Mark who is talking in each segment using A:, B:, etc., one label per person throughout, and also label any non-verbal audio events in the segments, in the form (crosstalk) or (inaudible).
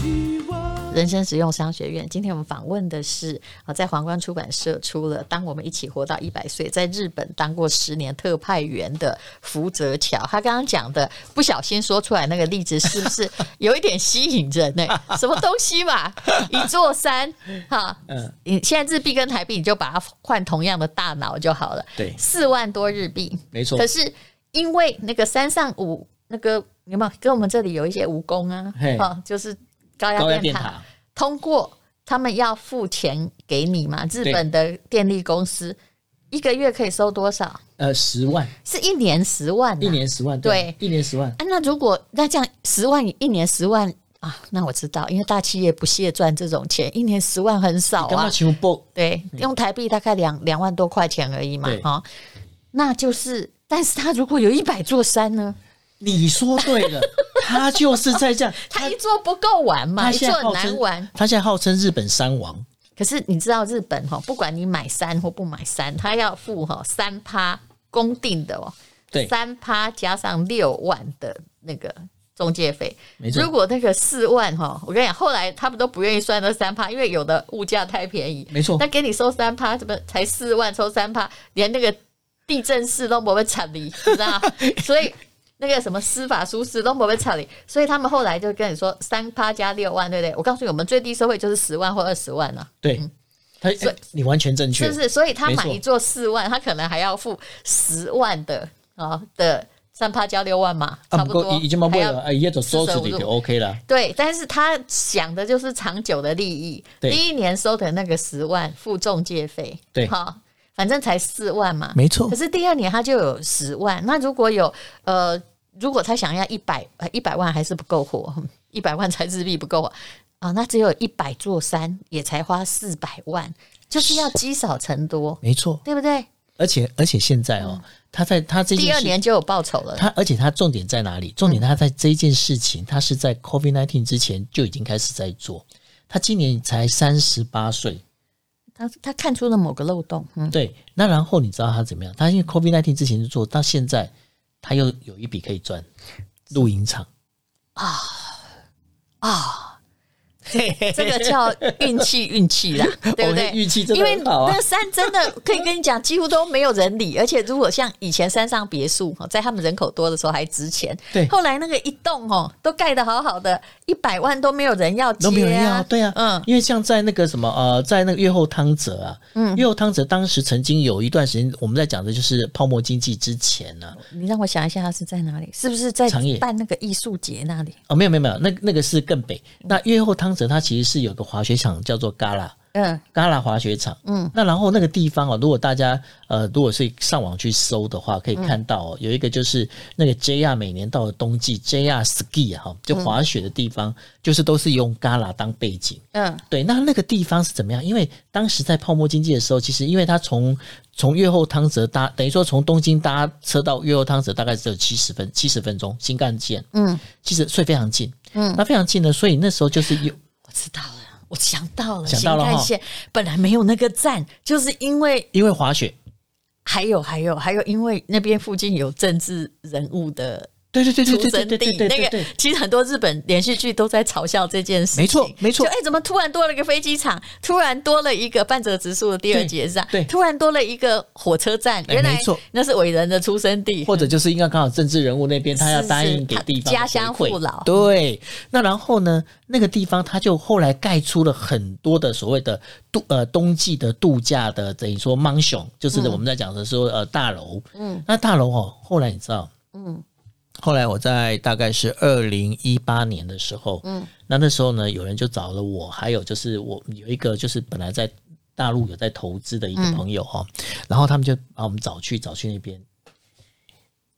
A: 希望。
B: 人生实用商学院，今天我们访问的是啊，在皇冠出版社出了《当我们一起活到一百岁》，在日本当过十年特派员的福泽桥。他刚刚讲的不小心说出来那个例子，是不
C: (laughs)
B: 是有一点吸引人呢、什么东西嘛？一座山哈，
C: 嗯
B: 你现在日币跟台币，你就把它换同样的大脑就好了。
C: 对
B: 四万多日币，
C: 没错
B: 可是因为那个山上五那个有没有跟我们这里有一些蜈蚣啊
C: 嘿？
B: 哦，就是高
C: 高压
B: 压
C: 电
B: 电塔
C: 塔
B: 通过，他们要付钱给你嘛？日本的电力公司一个月可以收多少？
C: 呃十万，
B: 是一年十万、啊，
C: 一年十万，
B: 对
C: 一年十万，
B: 啊？那如果那这样十万一年十万啊？那我知道，因为大企业不屑赚这种钱，一年十万很少
C: 刚
B: 啊
C: 刚。全部
B: 对，用台币大概两两万多块钱而已嘛
C: 嗯对，
B: 哈、那就是，但是他如果有一百座山呢？
C: 你说对了，他就是在
A: (laughs)
C: 这样，
B: 他一座不够玩嘛，
C: 他
B: 一
C: 现在
B: 座
C: 号
B: 难
C: 称
B: 玩。
C: 他现在号称日本山王，
B: 可是你知道日本哈，不管你买山或不买山，他要付哈三趴公定的哦，
C: 对
B: 三趴加上六万的那个中介费。
C: 没错
B: 如果那个四万哈，我跟你讲，后来他们都不愿意算那三趴，因为有的物价太便宜。
C: 没错
B: 那给你收三趴，怎么才四万收三趴，连那个地震室都不会惨离，你知
C: (laughs)
B: 道吗？所以。那个什么司法书士都不会差理，所以他们后来就跟你说三趴加六万，对不对？我告诉你，我们最低收费就是十万或二十万啊了、
C: 对，
A: 嗯
C: 他哎
B: 所以
C: 你完全正确，
B: 是不是？所以他
C: 没
B: 买
C: 错
B: 一座四万，他可能还要付十万的啊的三趴加六万嘛，
C: 啊，
B: 差
C: 不
B: 不多
C: 过已已经冇
B: 还
C: 为
B: 要
C: 了，啊，也就收拾你
B: 四舍
C: 就
B: 五入
C: OK 了，
B: 对，但是他想的就是长久的利益。
C: 对
B: 第一年收的那个十万付中介费，
C: 对
B: 好，反正才四万嘛，
C: 没错
B: 可是第二年他就有十万，那如果有呃，如果他想要一百呃一百万还是不够火， (laughs) 一百万才日币不够啊，啊，那只有一百座山也才花四百万，就是要积少成多，
C: 没错。
B: 对不对？
C: 而且而且现在哦，他在他这件
B: 嗯第二
C: 事
B: 年嗯就有报酬了。
C: 他而且他重点在哪里？重点他在这一件事情，他是在 COVID nineteen 之前就已经开始在做。他今年才三十八岁，
B: 他他看出了某个漏洞，嗯，
C: 对。那然后你知道他怎么样？他因为 COVID nineteen 之前就做到现在，他又有一笔可以赚，露营场。
B: 这个叫运气，运
C: (laughs)
B: 气啦，对不
C: 我
B: 对
C: 们？运气真
B: 因
C: 的
B: 为
C: 很好啊
B: 那山真的可以跟你讲，几乎都没有人理，而且如果像以前山上别墅，哦在他们人口多的时候还值钱，
C: 对
B: 后来那个一栋哦都盖得好好的，一百万都没有人要接、啊，
C: 都没有人要，对啊，
B: 嗯，
C: 因为像在那个什么呃，在那个月后汤泽啊，嗯，月后汤泽当时曾经有一段时间，我们在讲的就是泡沫经济之前呢、啊，
B: 你让我想一下，它是在哪里？是不是在
C: 长野
B: 办那个艺术节那里？
C: 哦，没有没有没有，那那个是更北，那月后汤泽它其实是有个滑雪场叫做嘎啦。
B: 嗯，
C: 嘎啦滑雪场，嗯，那然后那个地方哦，如果大家呃，如果是上网去搜的话，可以看到、哦有一个就是那个 JR 每年到了冬季 JR ski 啊哈、就滑雪的地方，就是都是用嘎啦当背景，
B: 嗯，
C: 对，那那个地方是怎么样？因为当时在泡沫经济的时候，其实因为它从从越后汤泽搭，等于说从东京搭车到越后汤泽大概只有七十分七十分钟新干线，嗯，其实所以非常近，嗯，那非常近呢，所以那时候就是有
B: 我知道了，我想到了，
C: 想到了
B: 新干
C: 哈
B: 线本来没有那个站，就是因为
C: 因为滑雪，
B: 还有还有还有，因为那边附近有政治人物的
C: 对对对对
B: 出
C: 对对
B: 生
C: 对
B: 地，
C: 对对
B: 那
C: 对
B: 个
C: 对。
B: 其实很多日本连续剧都在嘲笑这件事情。
C: 没错没错
B: 就哎、怎么突然多了一个飞机场？突然多了一个半泽直树的第二节上，
C: 对对
B: 突然多了一个火车站，
C: 哎
B: 原来
C: 没错
B: 那是伟人的出生地，
C: 或者就是应该刚好政治人物那边他要
B: 是
C: 答
B: 是
C: 应给
B: 他
C: 地方的
B: 家乡
C: 回馈
B: 父老
C: 对，那然后呢，那个地方他就后来盖出了很多的所谓的度呃冬季的度假的等于说 mansion，就是
B: 嗯
C: 我们在讲的说呃大楼，嗯，那大楼哦，后来你知道，嗯。后来我在大概是二零一八年的时候，嗯，那那时候呢，有人就找了我，还有就是我有一个就是本来在大陆有在投资的一个
B: 嗯
C: 朋友哈、哦，然后他们就把我们找去找去那边，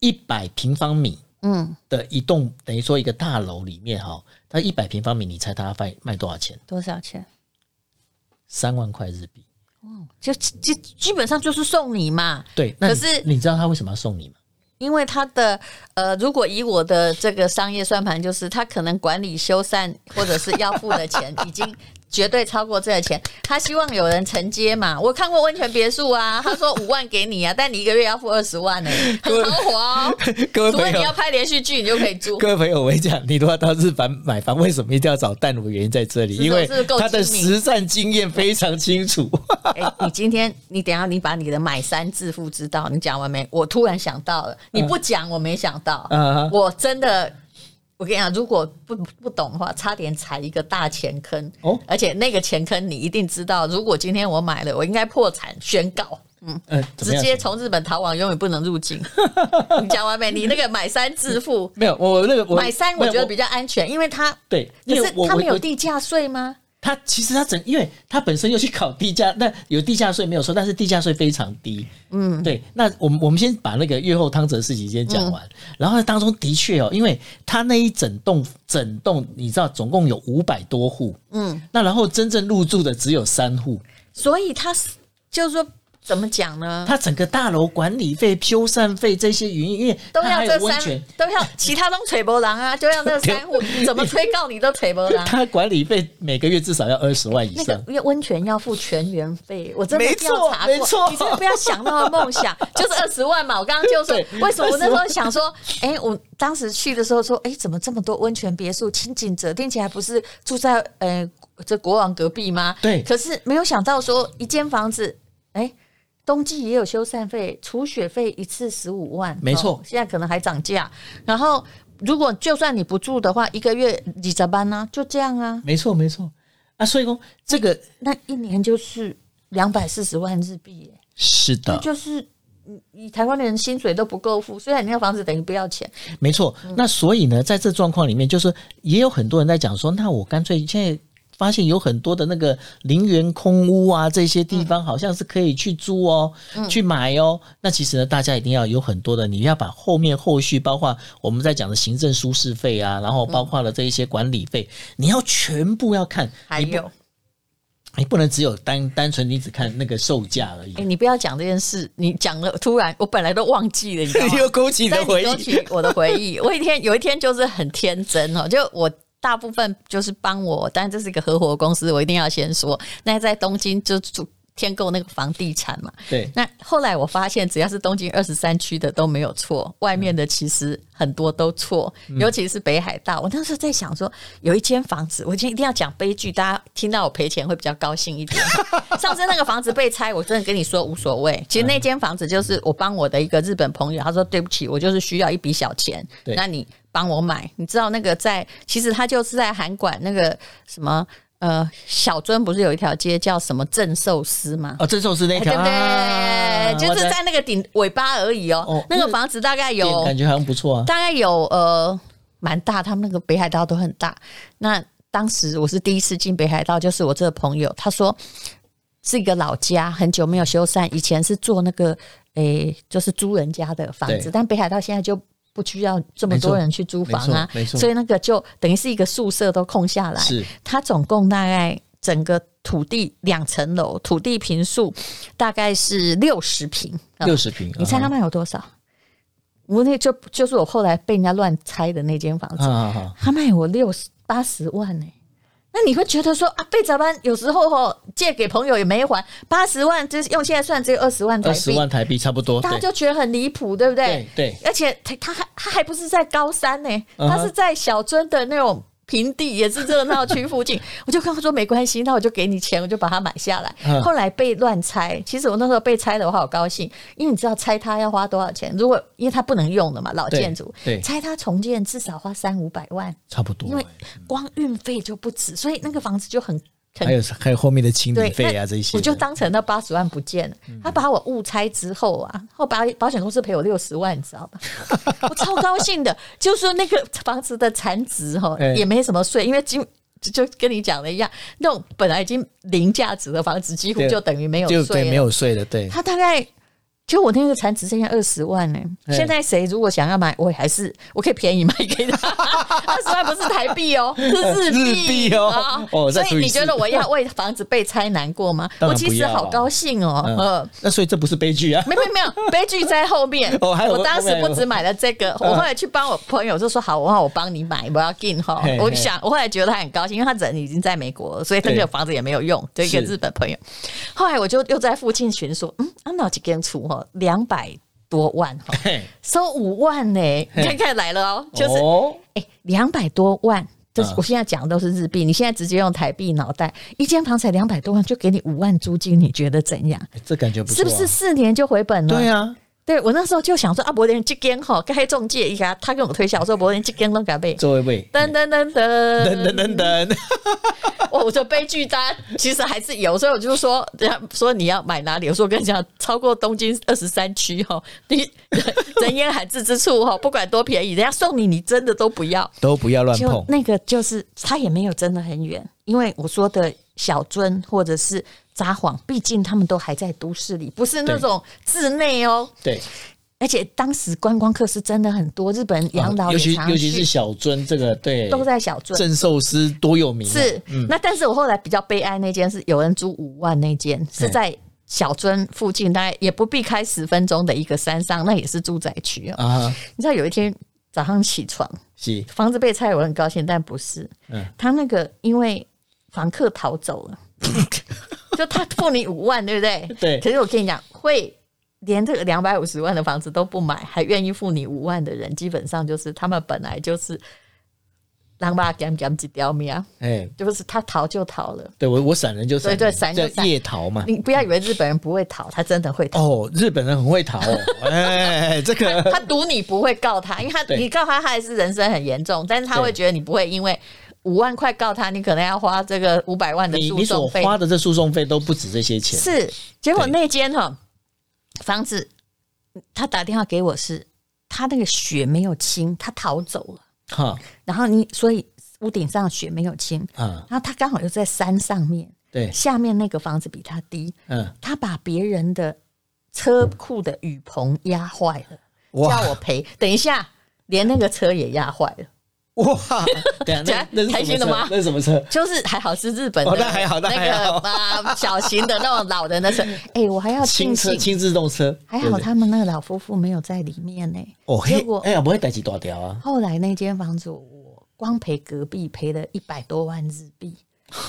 C: 一百平方米，嗯，的一栋等于说一个大楼里面哈，它一百平方米，你猜它卖卖多少钱？
B: 多少钱？
C: 三万块日币。
B: 就基基本上就是送你嘛。
C: 对，那你
B: 可是 (laughs)
C: 你知道他为什么要送你吗？
B: 因为它的呃，如果以我的这个商业算盘，就是它可能管理修缮或者是要付的钱已经。绝对超过这个钱，他希望有人承接嘛。我看过温泉别墅啊，他说五万给你啊，但你一个月要付二十万呢、很
C: 各位
B: 豪华哦。
C: 各位
B: 如果
C: 朋
B: 你
C: 友
B: 要，拍连续剧，你就可以租。
C: 各位朋友，我跟你讲，你如果到日本买房，为什么一定要找淡如？原因在这里，
B: 是的
C: 因为
B: 是够
C: 他的
B: 精明
C: 实战经验非常清
B: (laughs)
C: 楚。
B: 哎、你今天你等一下你把你的买三致富之道你讲完没？我突然想到了，你不讲我没想到，
C: 嗯嗯
B: 我真的。我跟你讲，如果不不懂的话，差点踩一个大钱坑
C: 哦
B: 而且那个钱坑你一定知道。如果今天我买了，我应该破产宣告，嗯，
C: 嗯，怎么
B: 直
C: 样
B: 接从日本逃亡，永远不能入
C: (laughs)
B: 境。你讲完没？你那个买三致富，
C: 没有我那个我
B: 买三我觉得比
C: 较
B: 较安全，因为它
C: 对，
B: 可
C: 因
B: 是
C: 为我
B: 它没
C: 我
B: 有
C: 我
B: 地价税吗？
C: 他其实他整，因为他本身又去考地价，那有地价税没有说，但是地价税非常低。嗯，对。那我们我们先把那个月后汤泽事情先讲
B: 嗯
C: 完，然后当中的确哦，因为他那一整栋整栋，你知道总共有五百多户，嗯，那然后真正入住的只有三户，
B: 所以它是就是说怎么讲呢？
C: 他整个大楼管理费、修缮费这些原因，因为
B: 都
C: 它
B: 要
C: 还有
B: 这
C: 温
B: 三
C: 泉。(laughs)
B: 都要其他都吹波浪啊，就要那三户怎么吹告你都吹波浪。
C: 他管理费每个月至少要二十万以
B: 那
C: 上，
B: 个因为温泉要付全员费，我真的
C: 没错
B: 调查过，
C: 没错
B: 你真的不要想那么
C: (laughs)
B: 梦想，就是二十万嘛。我刚刚就说
C: 对，
B: 为什么我那时
C: 20
B: 候想说， (laughs) 哎、我当时去的时候说，哎、怎么这么多温泉别墅？清景泽听起来不是住在呃这国王隔壁吗？
C: 对
B: 可是没有想到说一间房子，哎、冬季也有修缮费，除雪费一次十五万，
C: 没错
B: 哦现在可能还涨价。然后如果就算你不住的话，一个月几十班呢、就这样啊，
C: 没错没错啊，所以说这个
B: 那一年就是两百四十万日币耶，
C: 是的
B: 那就是你你台湾的人薪水都不够付，虽然你那房子等于不要钱，
C: 没错，那所以呢，在这状况里面，就是也有很多人在讲说，那我干脆现在发现有很多的那个陵园空屋啊，这些地方好像是可以去租哦，去买哦。那其实呢，大家一定要有很多的，你要把后面后续，包括我们在讲的行政舒适费啊，然后包括了这一些管理费，你要全部要看，
B: 还
C: 你不
B: 有，
C: 你不能只有单单纯你只看那个售价而已
B: 哎、。你不要讲这件事，你讲了突然我本来都忘记了，你知
C: (laughs)
B: 道吗？
C: 哎又勾起你的
B: 但
C: 回
B: 勾
C: 忆，
B: 起我的回忆。 (laughs) 我一天有一天就是很天真哦，就我。大部分就是帮我，但这是一个合伙公司，我一定要先说。那在东京就住天购那个房地产嘛，
C: 对，
B: 那后来我发现，只要是东京二十三区的都没有错，外面的其实很多都错，
C: 嗯
B: 尤其是北海道。我那时候在想说，有一间房子，我今天一定要讲悲剧，大家听到我赔钱会比较高兴
C: (laughs)
B: 一点。上次那个房子被拆，我真的跟你说无所
C: 嗯
B: 谓。其实那间房子就是我帮我的一个日本朋友，他说对不起，我就是需要一笔小钱，
C: 对
B: 那你帮我买。你知道那个在，其实他就是在韩馆那个什么。呃，小樽不是有一条街叫什么正寿司吗？
C: 哦，这就是那条，
B: 哎
C: 啊
B: 对不对？就是
C: 我
B: 在那个顶尾巴而已哦。
C: 哦
B: 那个房子大概有
C: 感觉好像不错啊。
B: 大概有呃蛮大，他们那个北海道都很大。那当时我是第一次进北海道，就是我这个朋友他说是一个老家，很久没有修缮，以前是做那个诶、就是租人家的房子
C: 对，
B: 但北海道现在就。不需要这么
C: 没错
B: 多人去租房啊
C: 没错没，错
B: 所以那个就等于是一个宿舍都空下来，
C: 是
B: 它总共大概整个土地两层楼，土地平数大概是六十平，啊
C: 六十平，
B: 你猜他卖有多少？我那就就是我后来被人家乱拆的那间房子，
C: 啊，好，
B: 他卖我六十八十万呢、那你会觉得说啊，被砸班有时候哦借给朋友也没还，八十万就是用现在算只有二十万台
C: 二十
B: 币，
C: 万台币差不多，
B: 大家
C: 哦对
B: 就觉得很离谱，对不对？
C: 对对
B: 而且他他还他还不是在高山呢、
C: 嗯哼
B: 他是在小樽的那种平地，也是热闹区附
C: (laughs)
B: 近。我就跟他说没关系，那我就给你钱，我就把它买下来。
C: 嗯
B: 后来被乱拆，其实我那时候被拆的，我好高兴，因为你知道拆它要花多少钱？如果因为它不能用了嘛，老
C: 对
B: 建筑，
C: 对
B: 拆它重建至少花三五百万，
C: 差不多
B: 因为光运费就不止，所以那个房子就很很
C: 还有还有后面的清
B: 对
C: 理，费啊
B: 那
C: 这一些的，嗯
B: 我就当成那八十万不见了。他把我误拆之后啊，后保保险公司赔我六十万，你知道吧？ (laughs) 我超高兴的，就是说那个房子的残值哈
C: 哎
B: 也没什么税，因为今就就跟你讲的一样，那种本来已经零价值的房子几乎
C: 对
B: 就等于没有
C: 就
B: 税
C: 对
B: 了，
C: 没有税的，对
B: 他大概就我那个才只剩下二十万呢、
C: 哎
B: 现在谁如果想要买，我还是我可以便宜卖给
C: (laughs)
B: 他，二十万不是台币哦，是日币啊
C: 日币哦哦再
B: 所
C: 除以
B: 以你
C: 四
B: 觉得我要为房子被拆难过吗？
C: 当
B: 我
C: 然
B: 其实
C: 不要啊
B: 好高兴哦，
C: 嗯
B: 呃，
C: 那所以这不是悲剧啊，。
B: 没没没有，悲剧在后面
C: 哦还有
B: 我当时不止买了这个，我后来去帮我朋友就说好，我我帮你买，我要进哈
C: 嘿。嘿
B: 我想，我后来觉得他很高兴，因为他人已经在美国了，所以他
C: 对
B: 这个房子也没有用。这一个
C: 是
B: 日本朋友，后来我就又在附近寻说，嗯，啊，那几间出哈，两百多万哈，
C: 嘿
B: 收五万呢、
C: 嘿
B: 你看看来了哦，就是
C: 哦
B: 哎，两、百多万。这是
C: 嗯
B: 我现在讲的都是日币，你现在直接用台币脑袋，一间房才两百多万，就给你五万租金，你觉得怎样？
C: 这感觉不错
B: 是
C: 啊
B: 不是四年就回本了？
C: 对啊，
B: 对我那时候就想说啊，柏林这间哈，该中介一下，他跟我推销我说柏林这间都敢背，
C: 这位位，
B: 噔噔噔
C: 等等
B: 噔，
C: 等等，
B: 我我的悲剧单其实还是有，所以我就说，人家说你要买哪里，我说我跟你讲，超过东京二十三区哈，你人烟罕至之处哈，不管多便宜，人家送你，你真的都不要。
C: 都不要乱
B: 就
C: 碰，
B: 那个就是他也没有真的很远，因为我说的小樽或者是札幌，毕竟他们都还在都市里，不是那
C: 对
B: 种自内哦。
C: 对，
B: 而且当时观光客是真的很多，日本养老
C: 啊尤其
B: 也常
C: 尤其是
B: 去，
C: 小樽这个对，
B: 都在小樽。
C: 镇寿司多有名啊，
B: 是，那但是我后来比较悲哀那间是有人租五万那间，是在小樽附近，大概也不必开十分钟的一个山上，那也是住宅区哦。
C: 啊，
B: 你知道有一天早上起床，
C: 是
B: 房子被拆，我很高兴，但不是，
C: 嗯
B: 他那个因为房客逃
C: (laughs)
B: 走了，就他付你五万，对不对？
C: 对
B: 可是我跟你讲，会连这个两百五十万的房子都不买，还愿意付你五万的人，基本上就是他们本来就是狼吧干干几条命啊，
C: 哎，
B: 就是他逃就逃了。
C: 对我我闪人就闪人，
B: 对对闪就
C: 叫
B: 闪
C: 夜逃嘛。
B: 你不要以为日本人不会逃，他真的会逃。
C: 哦，日本人很会逃哦，
B: (laughs)
C: 哎，这个 (laughs)
B: 他赌你不会告他，因为他
C: 对
B: 你告他，他还是人身很严重，但是他会
C: 对
B: 觉得你不会因为五万块告他，你可能要花这个五百万的
C: 你
B: 诉
C: 你所
B: 讼费。
C: 花的这诉讼费都不止这些钱，
B: 是，结果
C: 对
B: 那间哈房子，他打电话给我是，他那个雪没有清，他逃走了，
C: 哈
B: 然后你所以屋顶上的雪没有清，
C: 啊，
B: 然后他刚好又在山上面，
C: 对，
B: 下面那个房子比他低，
C: 嗯，
B: 他把别人的车库的雨棚压坏了，
C: 哇
B: 叫我赔。等一下，连那个车也压坏了。
C: 哇，对
B: (laughs)
C: 啊，那那是什么
B: 开心了
C: 车
B: 吗
C: 那是什么车？
B: 就是还好是日本的，
C: 哦那还好那
B: 那
C: 还
B: 个
C: 好
B: 啊小型的那种老
C: (laughs)
B: 人的车，哎、我还要庆
C: 轻车
B: 幸，
C: 轻自动车，
B: 还
C: 对
B: 好
C: 不对
B: 他们那个老夫妇没有在里面呢、
C: 哦
B: 结
C: 嘿
B: 果，
C: 哎呀，不会带起多条啊，
B: 后来那间房子我光赔隔壁赔了一百多万日币，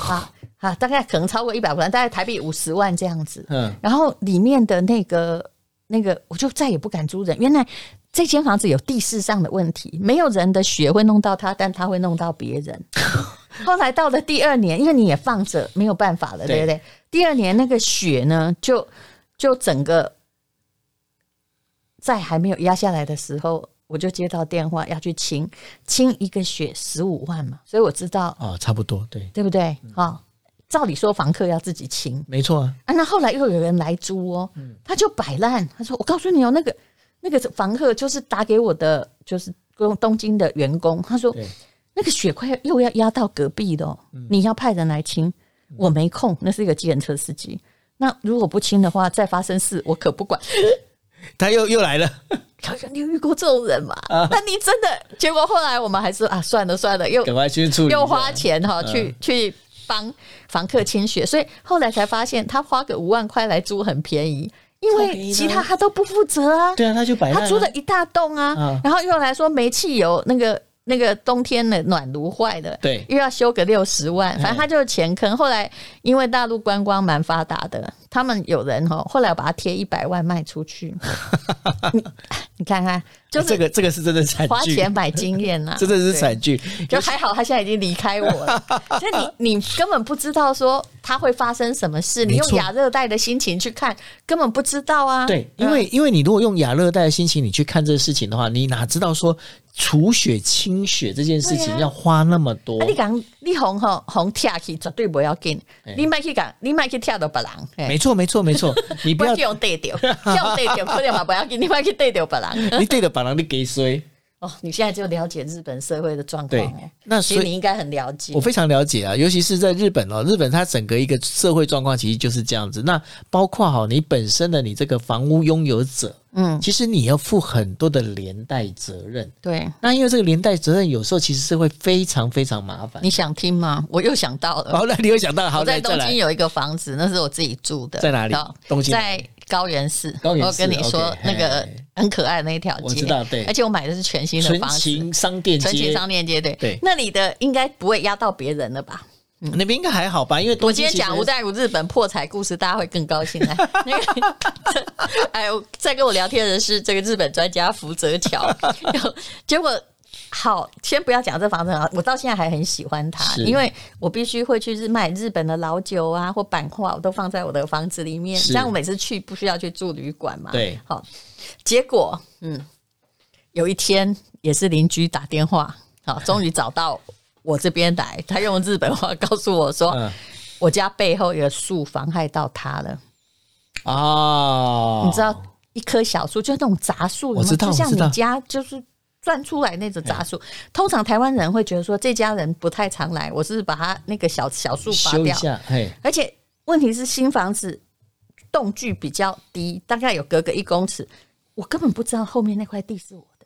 B: 啊啊，大概可能超过一百万，大概台币五十万这样子。
C: 嗯，
B: 然后里面的那个那个，我就再也不敢租人。原来这间房子有地势上的问题，没有人的血会弄到它，但它会弄到别人。后来到了第二年，因为你也放着没有办法了，对
C: 对
B: 不对？第二年那个雪呢，就就整个在还没有压下来的时候，我就接到电话要去清清一个雪十五万嘛，所以我知道
C: 哦，差不多，对，
B: 对不对？哈、照理说房客要自己清，
C: 没错啊，
B: 啊，那后来又有人来租哦，他就摆烂，他说：“我告诉你哦，那个那个房客就是打给我的，就是东东京的员工，他说
C: 对
B: 那个雪快又要压到隔壁了哦，你要派人来清，我没空，那是一个计程车司机。那如果不清的话，再发生事我可不管。”
C: (laughs)
B: (laughs)
C: 他又又来了，
B: 小你有遇过这种人吗？那你真的结果后来我们还是啊，算了算了，又
C: 赶快去处理一嗯下，
B: 又花钱哈、去去帮房客清雪，所以后来才发现他花个五万块来租很便宜，因
C: 超便宜
B: 为
C: 的
B: 其他他都不负责啊，
C: 对啊，他就摆烂
B: 他
C: 啊，
B: 租了一大栋啊
C: 嗯，
B: 然后又来说没汽油，那个那个冬天的暖炉坏了，
C: 对哎
B: 又要修个六十万，反正他就是钱坑。后来因为大陆观光蛮发达的，他们有人哈、后来把它贴一百万卖出
C: (laughs)
B: 去，你你看看，就
C: 这
B: 是
C: 个哎这个是真的惨
B: 花
C: 剧，
B: 钱买经验呐、啊，
C: 这 (laughs) 真的是
B: 对
C: 惨剧，
B: 就还好，他现在已经离开我
C: (laughs)
B: 了。所以你你根本不知道说他会发生什么事，你
C: 没
B: 用
C: 错
B: 亚热带的心情去看，根本不知道啊。
C: 对，因为因为你如果用亚热带的心情你去看这个事情的话，你哪知道说除雪清雪这件事
B: 对
C: 情
B: 啊
C: 要花那么多
B: 啊，？你讲你红吼红跳去绝对不要紧，你卖去讲你卖去跳到别人，
C: 没
B: 嘿
C: 错，没错，没
B: (laughs)
C: 错，你
B: 不
C: 不
B: 要
C: 要 (laughs)
B: 去用对掉，去用对掉可能嘛不要紧，你卖去对掉别人。
C: 你对着把人你给衰，
B: 哦，你现在就了解日本社会的状况
C: 对
B: 哦。
C: 那
B: 其
C: 所
B: 实
C: 以
B: 你应该很了解
C: 我。非常了解啊，尤其是在日本哦，日本它整个一个社会状况其实就是这样子。那包括好你本身的你这个房屋拥有者，
B: 嗯，
C: 其实你要负很多的连带责任。
B: 对，
C: 那因为这个连带责任有时候其实是会非常非常麻烦。
B: 你想听吗？我又想到了。
C: 好，那你又想到好，
B: 我在
C: 来再
B: 东京
C: 来，
B: 有一个房子，那是我自己住的。
C: 在哪里
B: 好
C: 东京哪里
B: 在高原寺。
C: 高原寺哦
B: 我跟你说
C: OK，，
B: 那个
C: 嘿
B: 很可爱的那一条街，
C: 我知道对
B: 而且我买的是全新的
C: 纯
B: 房子，
C: 情商店
B: 纯情
C: 街
B: 商店街，对
C: 对
B: 那里的应该不会压到别人了吧？
C: 那边应该还好吧？因为
B: 嗯我
C: 东
B: 今
C: 京
B: 天
C: 其实啊
B: 讲吴淡如日本破财故事，大家会更高兴哎。 (laughs) 那个，哎，我在跟我聊天的是这个日本专家福泽桥， (laughs) 然后结果好，先不要讲这房子很好，啊我到现在还很喜欢它，
C: 是
B: 因为我必须会去日买日本的老酒啊或版画，我都放在我的房子里面，
C: 是
B: 这样我每次去不需要去住旅馆嘛。
C: 对，
B: 好，结果嗯，有一天也是邻居打电话，好，终于找到。我这边来，他用日本话告诉我说：“
C: 嗯
B: 我家背后有树妨害到它了，
C: 哦，
B: 你知道一棵小树就是那种杂树，有
C: 我
B: 没
C: 知
B: 有
C: 道
B: 就像
C: 我知道哎
B: 你家就是钻出来那种杂树。通常台湾人会觉得说这家人不太常来，我是把它那个小小树拔
C: 修一
B: 掉，
C: 下，嘿，
B: 而且问题是新房子动距比较低，大概有隔个一公尺，我根本不知道后面那块地是我的。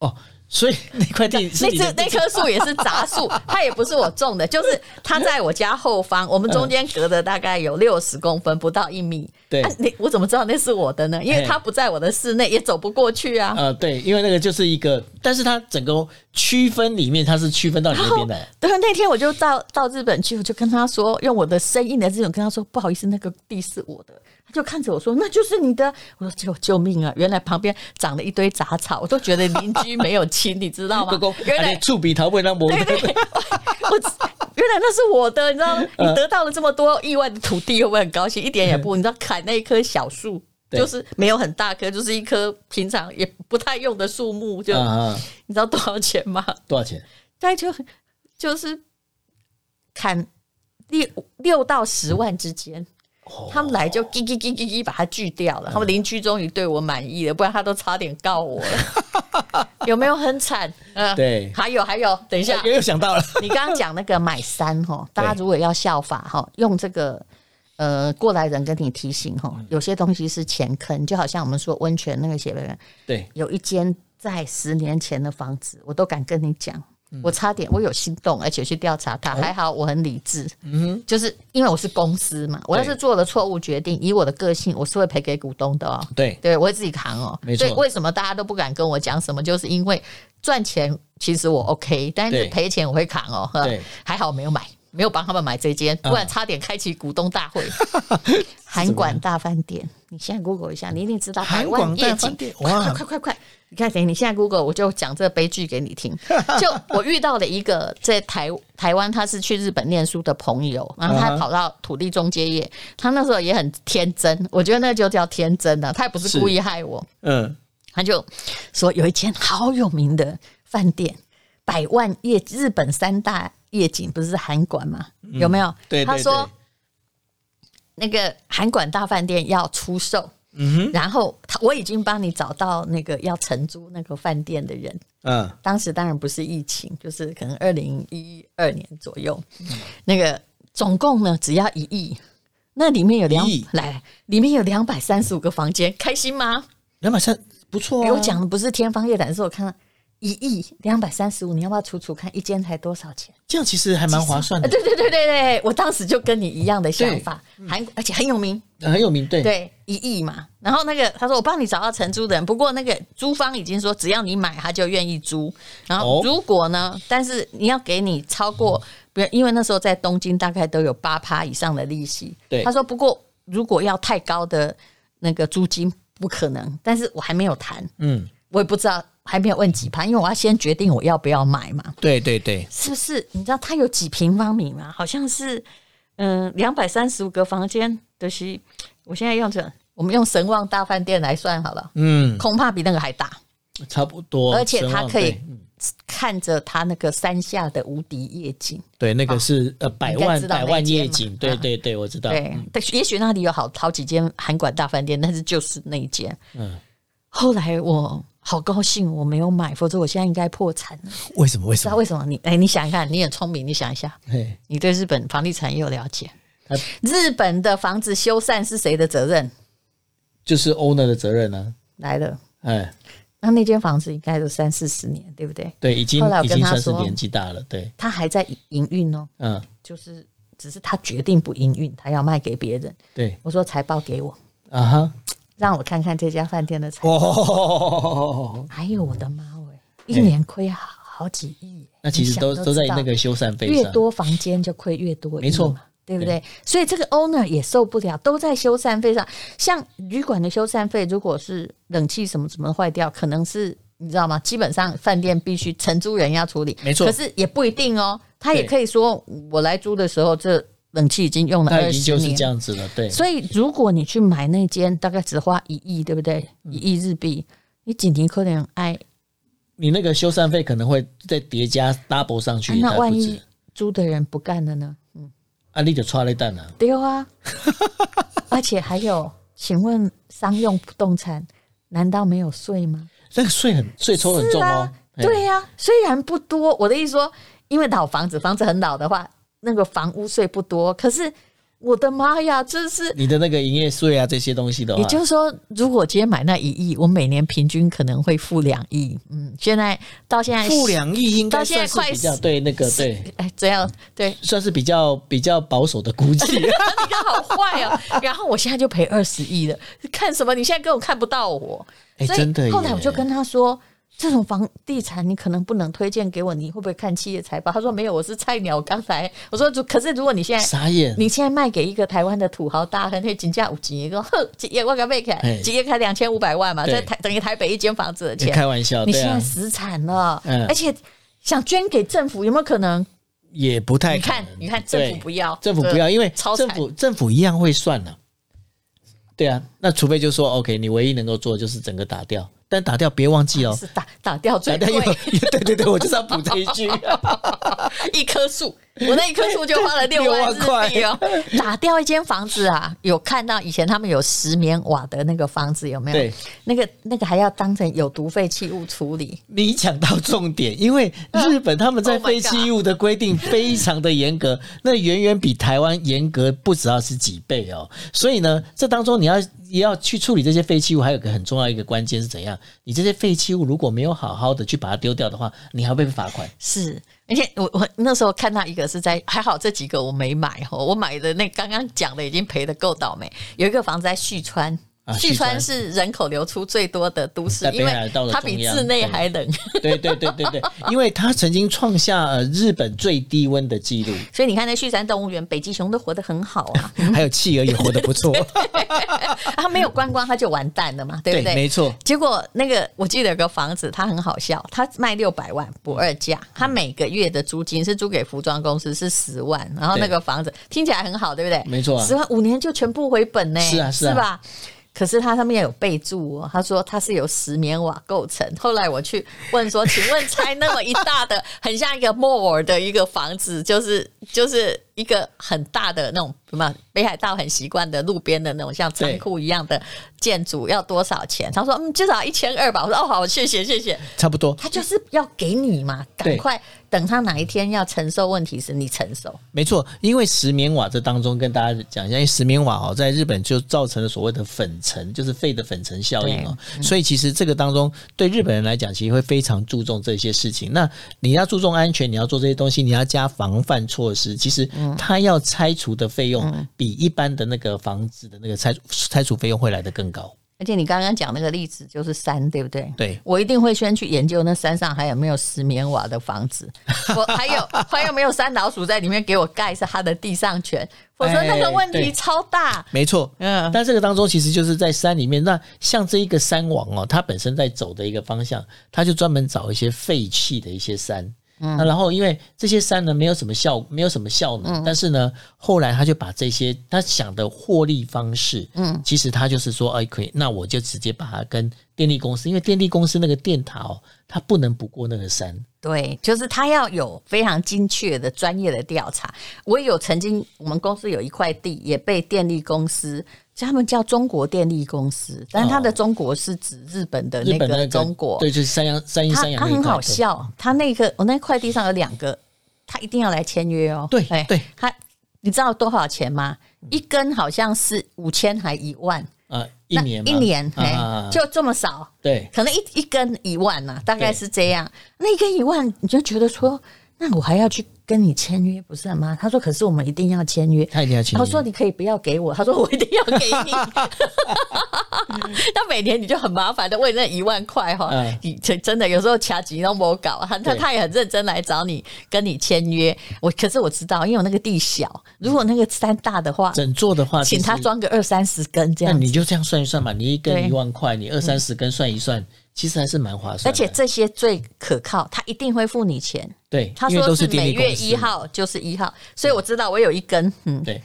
C: 哦，所以那块地是
B: 那
C: 你
B: 只
C: 的
B: 那棵树也是
C: (laughs)
B: 杂树，它也不是我种的，就是它在我家后方，我们中间隔的大概有六十公分，不到一米。
C: 嗯对
B: 啊、你我怎么知道那是我的呢？因为
C: 哎
B: 它不在我的室内，也走不过去啊。
C: 呃，对，因为那个就是一个，但是它整个区分里面，它是区分到你那边来。
B: (laughs) 对，那天我就到到日本去，我就跟他说，用我的生硬的这种跟他说，不好意思，那个地是我的。他就看着我说：“那就是你的。”我说：“救救命啊！原来旁边长了一堆杂草，我都觉得邻居没有亲，你知道
C: (laughs)
B: 吗
C: 不过，？
B: 原来
C: 啊你触笔头不能摸。
B: 我原来那是我的，你知道吗？
C: 嗯
B: 你得到了这么多意外的土地，会不会很高兴？一点也不，你知道砍那一棵小树，
C: (laughs) 对
B: 就是没有很大棵，就是一棵平常也不太用的树木，就、
C: 啊啊，
B: 你知道多少钱吗？
C: 多少钱？
B: 大概就就是砍六六到十万之间。
C: 哦
B: 他们来就叽叽叽叽叽把它锯掉
C: 嗯
B: 了，他们邻居终于对我满意了，不然他都差点告我了，
C: (laughs)
B: 有没有很惨？嗯、
C: 对
B: 还有还有，等一下，
C: 又想
B: (laughs)
C: 到了，
B: 你刚刚讲那个买三哈，大家如果要效法哈，用这个呃过来人跟你提醒哈，有些东西是钱坑，就好像我们说温泉那个写的人，
C: 对，
B: 有一间在十年前的房子，我都敢跟你讲。
C: 嗯
B: 我差点，我有心动，而且去调查
C: 哦
B: 它，还好我很理智。嗯，就是因为我是公司嘛，我要是做了错误决定，以我的个性，我是会赔给股东的哦。
C: 对
B: 对，我会自己扛哦。
C: 没错
B: 所以为什么大家都不敢跟我讲什么？就是因为赚钱其实我 OK，但是
C: 对
B: 赔钱我会扛哦。呵
C: 对，嗯
B: 还好没有买，没有帮他们买这间，不然差点开启股东
C: (laughs)
B: 大会。韩馆大饭店，你现在 Google 一下，你一定知道百
C: 韩
B: 万
C: 广
B: 夜
C: 大
B: 景
C: 饭店。
B: 快快
C: 哇，
B: 快快快！你看，等你现在 Google，我就讲这个悲剧给你
C: (laughs)
B: 听。就我遇到了一个在台台湾，他是去日本念书的朋友，然后他
C: 嗯哼
B: 跑到土地中介业，他那时候也很天真，我觉得那就叫天真啊了、他也不是
C: 是
B: 故意害我，
C: 嗯，
B: 他就说有一间好有名的饭店，百万夜日本三大夜景不是韩馆吗？有没有？
C: 嗯对，
B: 他
C: 对
B: 说。那个韩馆大饭店要出售，
C: 嗯
B: 然后他我已经帮你找到那个要承租那个饭店的人。
C: 对嗯，
B: 当时当然不是疫情，就是可能二零一二年左右，
C: 嗯
B: 那个总共呢只要一亿，那里面有两
C: 一亿
B: 来，里面有两百三十五个房间，开心吗？
C: 两百三不错啊。
B: 我讲的不是天方夜谭，是我看到一亿两百三十五，你要不要除除看一间才多少钱？
C: 这样其实还蛮划算的，
B: 对对对对对，我当时就跟你一样的想法，
C: 嗯
B: 韩而且很有名，
C: 很有名，对，
B: 呃对，一亿嘛。然后那个他说我帮你找到承租人，不过那个租方已经说只要你买他就愿意租。然后
C: 哦
B: 如果呢，但是你要给你超过，不因为那时候在东京大概都有八趴以上的利息。
C: 对
B: 他说不过如果要太高的那个租金不可能，但是我还没有谈，
C: 嗯，
B: 我也不知道还没有问几趴，因为我要先决定我要不要买嘛。
C: 对对对，
B: 是不是？你知道它有几平方米吗？好像是，嗯，两百三十五个房间，就是我现在用着，我们用神旺大饭店来算好了，
C: 嗯，哦
B: 恐怕比那个还大，
C: 差不多。
B: 而且它
C: 它
B: 可以看着它那个山下的无敌夜景。
C: 对，那个是呃百万
B: 啊知道那
C: 百万
B: 间
C: 夜
B: 嘛
C: 景，对
B: 嗯
C: 对对，我知道。
B: 对，但是也许
C: 嗯
B: 那里有好好几间韩馆大饭店，但是就是那一间。嗯，后来我好高兴我没有买，否则我现在应该破产了。
C: 为什么？为
B: 知
C: 什
B: 道
C: 么？
B: 为什么？你哎，你想一看，你很聪明，你想一下，
C: 嘿，
B: 你对日本房地产也有了解
C: 他。
B: 日本的房子修缮是谁的责任？
C: 就是 owner 的责任呢、
B: 来了，
C: 啊。哎，
B: 那那间房子应该都三四十年，对不对？
C: 对，已经
B: 后来我
C: 已
B: 跟
C: 经
B: 他
C: 算是
B: 说
C: 年纪大了，对，
B: 他还在营运哦，
C: 嗯，
B: 就是只是他决定不营运，他要卖给别人。
C: 对，
B: 我说财报给我，
C: 啊哈，
B: 让我看看这家饭店的财报。
C: 哦，
B: 哎呦我的妈喂，一年亏好好几亿耶，
C: 那其实都
B: 你想
C: 都在
B: 知道
C: 那个修缮费
B: 越
C: 上，
B: 多房间就亏越多亿嘛，
C: 没错
B: 对不对？所以这个 owner 也受不了，都在修缮费上。像旅馆的修缮费，如果是冷气什么什么坏掉，可能是你知道吗？基本上饭店必须承租人要处理，
C: 没错
B: 可是也不一定哦，他也
C: 对
B: 可以说，我来租的时候，这冷气已经用了
C: 那
B: 二
C: 已经
B: 十
C: 就是这
B: 年。
C: 样子了，对，
B: 所以，如果你去买那间，大概只花一亿，对不对？
C: 嗯
B: 一亿日币，你仅仅可能爱
C: 你那个修缮费可能会再叠加 double 上去，
B: 啊那
C: 它
B: 万
C: 不
B: 一
C: 止，
B: 租的人不干了呢？
C: 啊，你就差了一蛋了，
B: 对啊， (laughs) 而且还有，请问商用不动产难道没有税吗？
C: 那个税很税抽很
B: 是
C: 重哦
B: 啊，，
C: 嘿
B: 对呀、虽然不多，我的意思说，因为老房子，房子很老的话，那个房屋税不多，可是我的妈呀，这是。
C: 你的那个营业税啊这些东西的话
B: 也，就是说，如果今天买那一亿，我每年平均可能会付两亿。嗯，现在到现在
C: 负两亿应该
B: 到现在
C: 算是
B: 快
C: 比较
B: 死
C: 对那个对。
B: 哎，这样对，
C: 算是比较比较保守的估
B: (laughs)
C: 计，
B: 你好坏哦。然后我现在就赔二十亿了，看什么？你现在根本看不到我。
C: 哎
B: 所
C: 真的
B: 以
C: 耶
B: 后来我就跟他说。这种房地产你可能不能推荐给我，你会不会看企业财报？他说没有，我是菜鸟。我刚才我说，如可是如果
C: (laughs)
B: 你现在
C: 傻眼。
B: 你现在卖给一个台湾的土豪大亨，那金价五几个，哼， (laughs) 几亿我给卖起来
C: 嘿，
B: 几亿才两千五百万嘛，
C: 对
B: 在台等于台北一间房子的
C: 你
B: 钱。
C: 开玩笑，
B: 你
C: 对
B: 现在
C: 啊，
B: 死产了，
C: 嗯
B: 而且想捐给政府有没有可能？
C: 也不太
B: 你看
C: 可，能
B: 你看政府
C: 对
B: 不要，
C: 政府
B: 这
C: 不要，因为
B: 超惨
C: 政府政府一样会算呢、对啊，那除非就说 OK，你唯一能够做的就是整个打掉，但打掉别忘记哦，
B: 是打打掉 (laughs) 最
C: 打掉
B: 贵
C: 又 (laughs) 对对对，我就是要补这一句。
B: (laughs) 一棵树，我那一棵树就花了六万
C: 六万
B: 日币哦。 (laughs) 打掉一间房子啊，有看到以前他们有石棉瓦的那个房子有没有？
C: 对，
B: 那个那个还要当成有毒废弃物处理。
C: 你讲到重点，因为日本他们在
B: Oh my
C: 废弃物的规定非常的严格，那远远比台湾严格不止二十几倍哦。所以呢，这当中你要也要去处理这些废弃物，还有个很重要一个关键是怎样？你这些废弃物如果没有好好的去把它丢掉的话，你还会被罚款。
B: 是，而且我我那时候看到一个是在，还好这几个我没买哦，我买的那刚刚讲的已经赔的够倒霉。有一个房子在旭川。
C: 啊
B: 旭川
C: 旭川
B: 是人口流出最多的都市
C: 在，北
B: 因
C: 海
B: 为
C: 道的
B: 它比
C: 中央
B: 室内
C: 对
B: 还冷，
C: 对对对对对，因为它曾经创下呃日本最低温的记录，
B: 所以你看那旭山动物园，北极熊都活得很好啊。
C: 还有企鹅也活得不错。
B: (laughs) 他没有观光，他就完蛋了嘛，对不对？
C: 没错。
B: 结果那个我记得有个房子，它很好笑，它卖六百万不二价，
C: 嗯
B: 它每个月的租金是租给服装公司是十万，然后那个房子听起来很好，对不对？
C: 没错啊
B: 十万五年就全部回本呢、
C: 是啊是啊
B: 吧？可是它上面有备注哦，他说它是由石棉瓦构成。后来我去问说，请问拆那么一大的，很像一个摩尔的一个房子，就是 (laughs) 就是一个很大的那种什么北海道很习惯的路边的那种像仓
C: 对
B: 库一样的建筑，要多少钱？他说嗯，至少一千二吧。我说哦好，谢谢谢谢。
C: 差不多，
B: 他就是要给你嘛，赶
C: 对
B: 快等他哪一天要承受问题时，你承受。
C: 没错，因为石棉瓦这当中跟大家讲一下，因为石棉瓦哦，在日本就造成了所谓的粉尘，就是肺的粉尘效应哦，所以其实这个当中对日本人来讲，其实会非常注重这些事情。那你要注重安全，你要做这些东西，你要加防范措施。其实它要拆除的费用比一般的那个房子的那个拆除拆除费用会来得更高。
B: 而且你刚刚讲那个例子就是山，对不对？
C: 对
B: 我一定会先去研究那山上还有没有石棉瓦的房子，我还有还有没有山老鼠在里面给我盖是它的地上权，否则那个
C: 哎
B: 问题
C: 对
B: 超大。
C: 没错，
B: 嗯
C: 但这个当中其实就是在山里面，那像这一个山王哦，他本身在走的一个方向，他就专门找一些废弃的一些山。
B: 嗯
C: 那然后，因为这些山呢没有什么效，没有什么效
B: 嗯
C: 能，但是呢，后来他就把这些他想的获利方式，嗯，其实他就是说，哎，可以，那我就直接把它跟电力公司，因为电力公司那个电塔哦，它不能不过那个山。
B: 对，就是他要有非常精确的专业的调查。我有曾经，我们公司有一块地也被电力公司，他们叫中国电力公司，但是它的中国是指日本的
C: 哦日
B: 那
C: 本那
B: 个
C: 个
B: 中国。
C: 对，就是三阳三阴
B: 他
C: 三阳
B: 他
C: 那一
B: 很
C: 块
B: 好
C: 的，
B: 笑，他那个我那块地上有两个，他一定要来签约哦。
C: 对
B: 哎
C: 对，
B: 他你知道多少钱吗？一根好像是五千还一万，
C: 啊，一
B: 那
C: 年嘛
B: 一年，
C: 啊
B: 哎、
C: 啊啊
B: 就这么少。
C: 对
B: 可能一一根一万呐、大概是这样。那一根一万，你就觉得说，那我还要去跟你签约，不是吗？他说，可是我们一定要签约。
C: 他一定要签
B: 他
C: 约。
B: 说：“你可以不要给我。”他说：“我一定要给
C: (laughs)
B: 你。”那每年你就很麻烦的为那一万块哈
C: 嗯，
B: 你真真的有时候掐急都没搞，他他
C: 对
B: 他也很认真来找你跟你签约。我可是我知道，因为我那个地小，如果那个山大的话，
C: 整座的话，
B: 请他
C: 其实
B: 装个二三十根这
C: 那
B: 样子
C: 你就这样算一算嘛，你一
B: 对嗯
C: 根一万块，你二三十根算一算，其实还是蛮划算的。
B: 而且这些最可靠，他一定会付你钱。
C: 对，
B: 他
C: 因为
B: 说
C: 都
B: 是
C: 电
B: 每
C: 力
B: 月
C: 公司
B: 一
C: 嘛，
B: 号就是一号，所以我知道我有一根，嗯，
C: 对，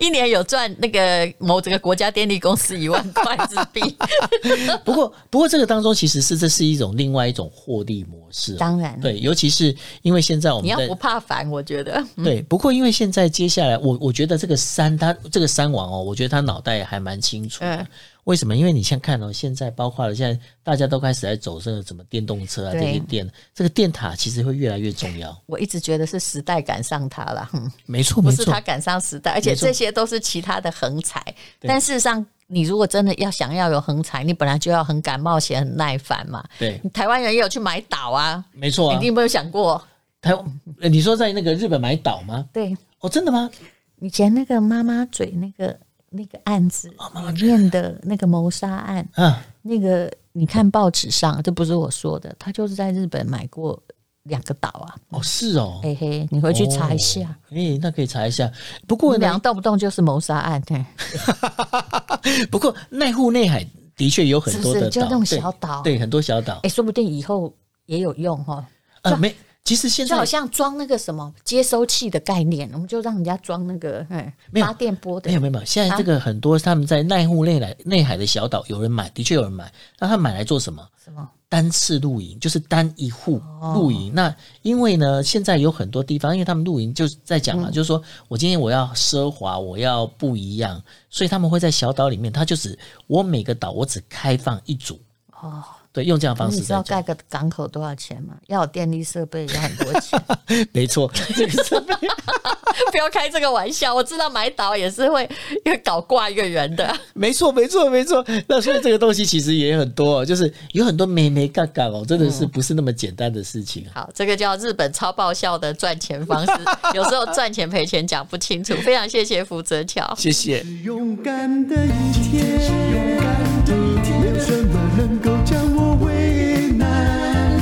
B: 一年有赚那个某这个国家电力公司一万块日币。
C: 不过，不过这个当中其实是这是一种另外一种获利模式哦、
B: 当然
C: 对，尤其是因为现在我
B: 你
C: 们
B: 要
C: 在
B: 不怕烦，我嗯觉得
C: 对，不过因为现在接下来，我我觉得这个三他这个三王哦，我觉得他脑袋还蛮清楚的。
B: 嗯
C: 为什么？因为你像看哦，现在包括了现在大家都开始在走这个什么电动车啊，这
B: 对
C: 些电，这个电塔其实会越来越重要。
B: (laughs) 我一直觉得是时代赶上他了，嗯，
C: 没错，
B: 不
C: 没
B: 是
C: 错
B: 他，赶上时代，而且
C: 没错
B: 这些都是其他的横财。但事实上，你如果真的要想要有横财，你本来就要很敢冒险、很耐烦嘛。
C: 对，
B: 台湾人也有去买岛啊，
C: 没错
B: 你
C: 啊
B: 你。有没有想过？
C: 台，呃你说在那个日本买岛吗？
B: 对，
C: 哦，真的吗？
B: 以前那个妈妈嘴那个那个案子
C: 哦
B: 里面的那个谋杀案，
C: 啊，
B: 那个你看报纸上，这不是我说的，他就是在日本买过两个岛啊，
C: 哦，是哦。
B: 嘿嘿，你回去查一下
C: 哦。，诶、那可以查一下。不
B: 我
C: 过
B: 们
C: 呢
B: 俩，动不动就是谋杀案，嘿
C: 不过内湖内海的确有很
B: 是不
C: 多的
B: 是？
C: 岛，
B: 就那种
C: 对
B: 小岛，
C: 对，很多小岛。
B: 哎，说不定以后也有用哈。
C: 呃，没，其实现
B: 就
C: 在
B: 好像装那个什么接收器的概念，我们就让人家装那个，哎，
C: 没有
B: 发电波的
C: 没有，没有没有，
B: 啊
C: 现在这个很多他们在内湖内海内海的小岛有人买，的确有人买。那他买来做什么？
B: 什么？
C: 单次露营，就是单一户
B: 哦
C: 露营。那因为呢，现在有很多地方，因为他们露营就是在讲
B: 嗯
C: 嘛，就是说我今天我要奢华，我要不一样，所以他们会在小岛里面，他就只我每个岛我只开放一组。
B: 哦，
C: 对，用这样的方
B: 你
C: 式
B: 知
C: 在
B: 道
C: 讲，
B: 盖个港口多少钱吗？要有电力设备要很多 (laughs) 钱。
C: (laughs) 没错，这个是
B: 不要开这个玩笑，我知道买岛也是会越搞挂越圆的。 (laughs)
C: 没错，没错，没错。那所以这个东西其实也很多、哦，就是有很多美眉嘎嘎哦，真的
B: 嗯
C: 是不是那么简单的事情。啊
B: 好，这个叫日本超爆笑的赚钱 (laughs) 方式，有时候赚钱赔钱讲不清楚。非常谢谢福泽桥。
C: 谢谢。
A: 是勇敢的一天，是勇敢的一天，没有什么能够将我为难。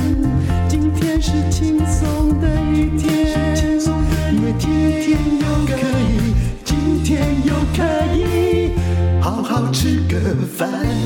A: 今天是轻松的一天，因为今天又可以，今天又可以好好吃个饭。